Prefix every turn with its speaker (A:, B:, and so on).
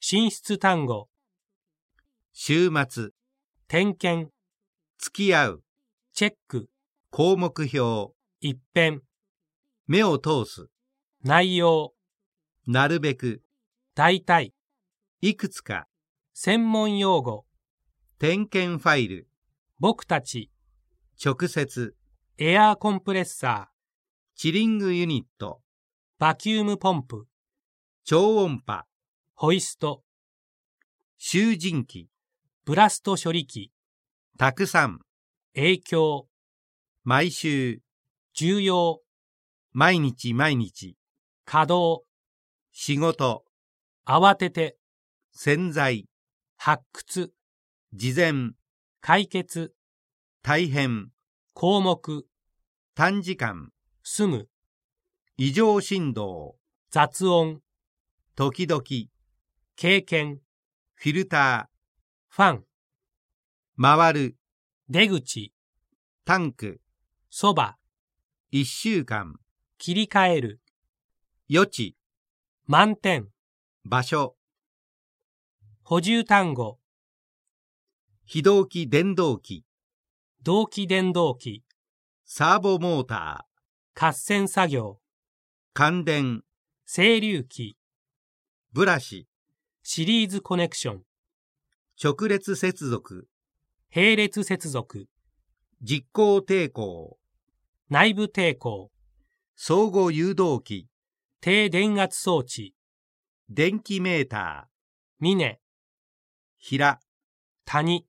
A: 進出単語、
B: 週末、
A: 点検、
B: 付き合う、
A: チェック、
B: 項目表、
A: 一変、
B: 目を通す、
A: 内容、
B: なるべく、
A: 大体、
B: いくつか、
A: 専門用語、
B: 点検ファイル、
A: 僕たち、
B: 直接、
A: エアーコンプレッサ
B: チリングユニット、
A: ー、バキュームポンプ、
B: 超音波、
A: ホイスト、
B: 集塵機、
A: ブラスト処理器、
B: たくさん、
A: 影響、
B: 毎週、
A: 重要、
B: 毎日毎日、
A: 稼働、
B: 仕事、
A: 慌てて、
B: 潜在、
A: 発掘、
B: 事前、
A: 解決、
B: 大変、
A: 項目、
B: 短時間、
A: 住む、
B: 異常振動、
A: 雑音、
B: 時々、
A: 経験、
B: フィルタ
A: ファン、
B: ー、回る、
A: 出口、
B: タンク、
A: そば、
B: 一週間、
A: 切り替える、
B: 余地、
A: 満点、
B: 場所、
A: 補充単語、
B: 非同期電動機、
A: 動機電動機、
B: サーボモーター、
A: 合線作業、
B: 感電、
A: 整流器、
B: ブラシ、
A: シリーズコネクション、
B: 直列接続、
A: 並列接続、
B: 実行抵抗、
A: 内部抵抗、
B: 相互誘導機、
A: 低電圧装置、
B: 電気メータ
A: 峰、
B: ー、平、
A: 谷、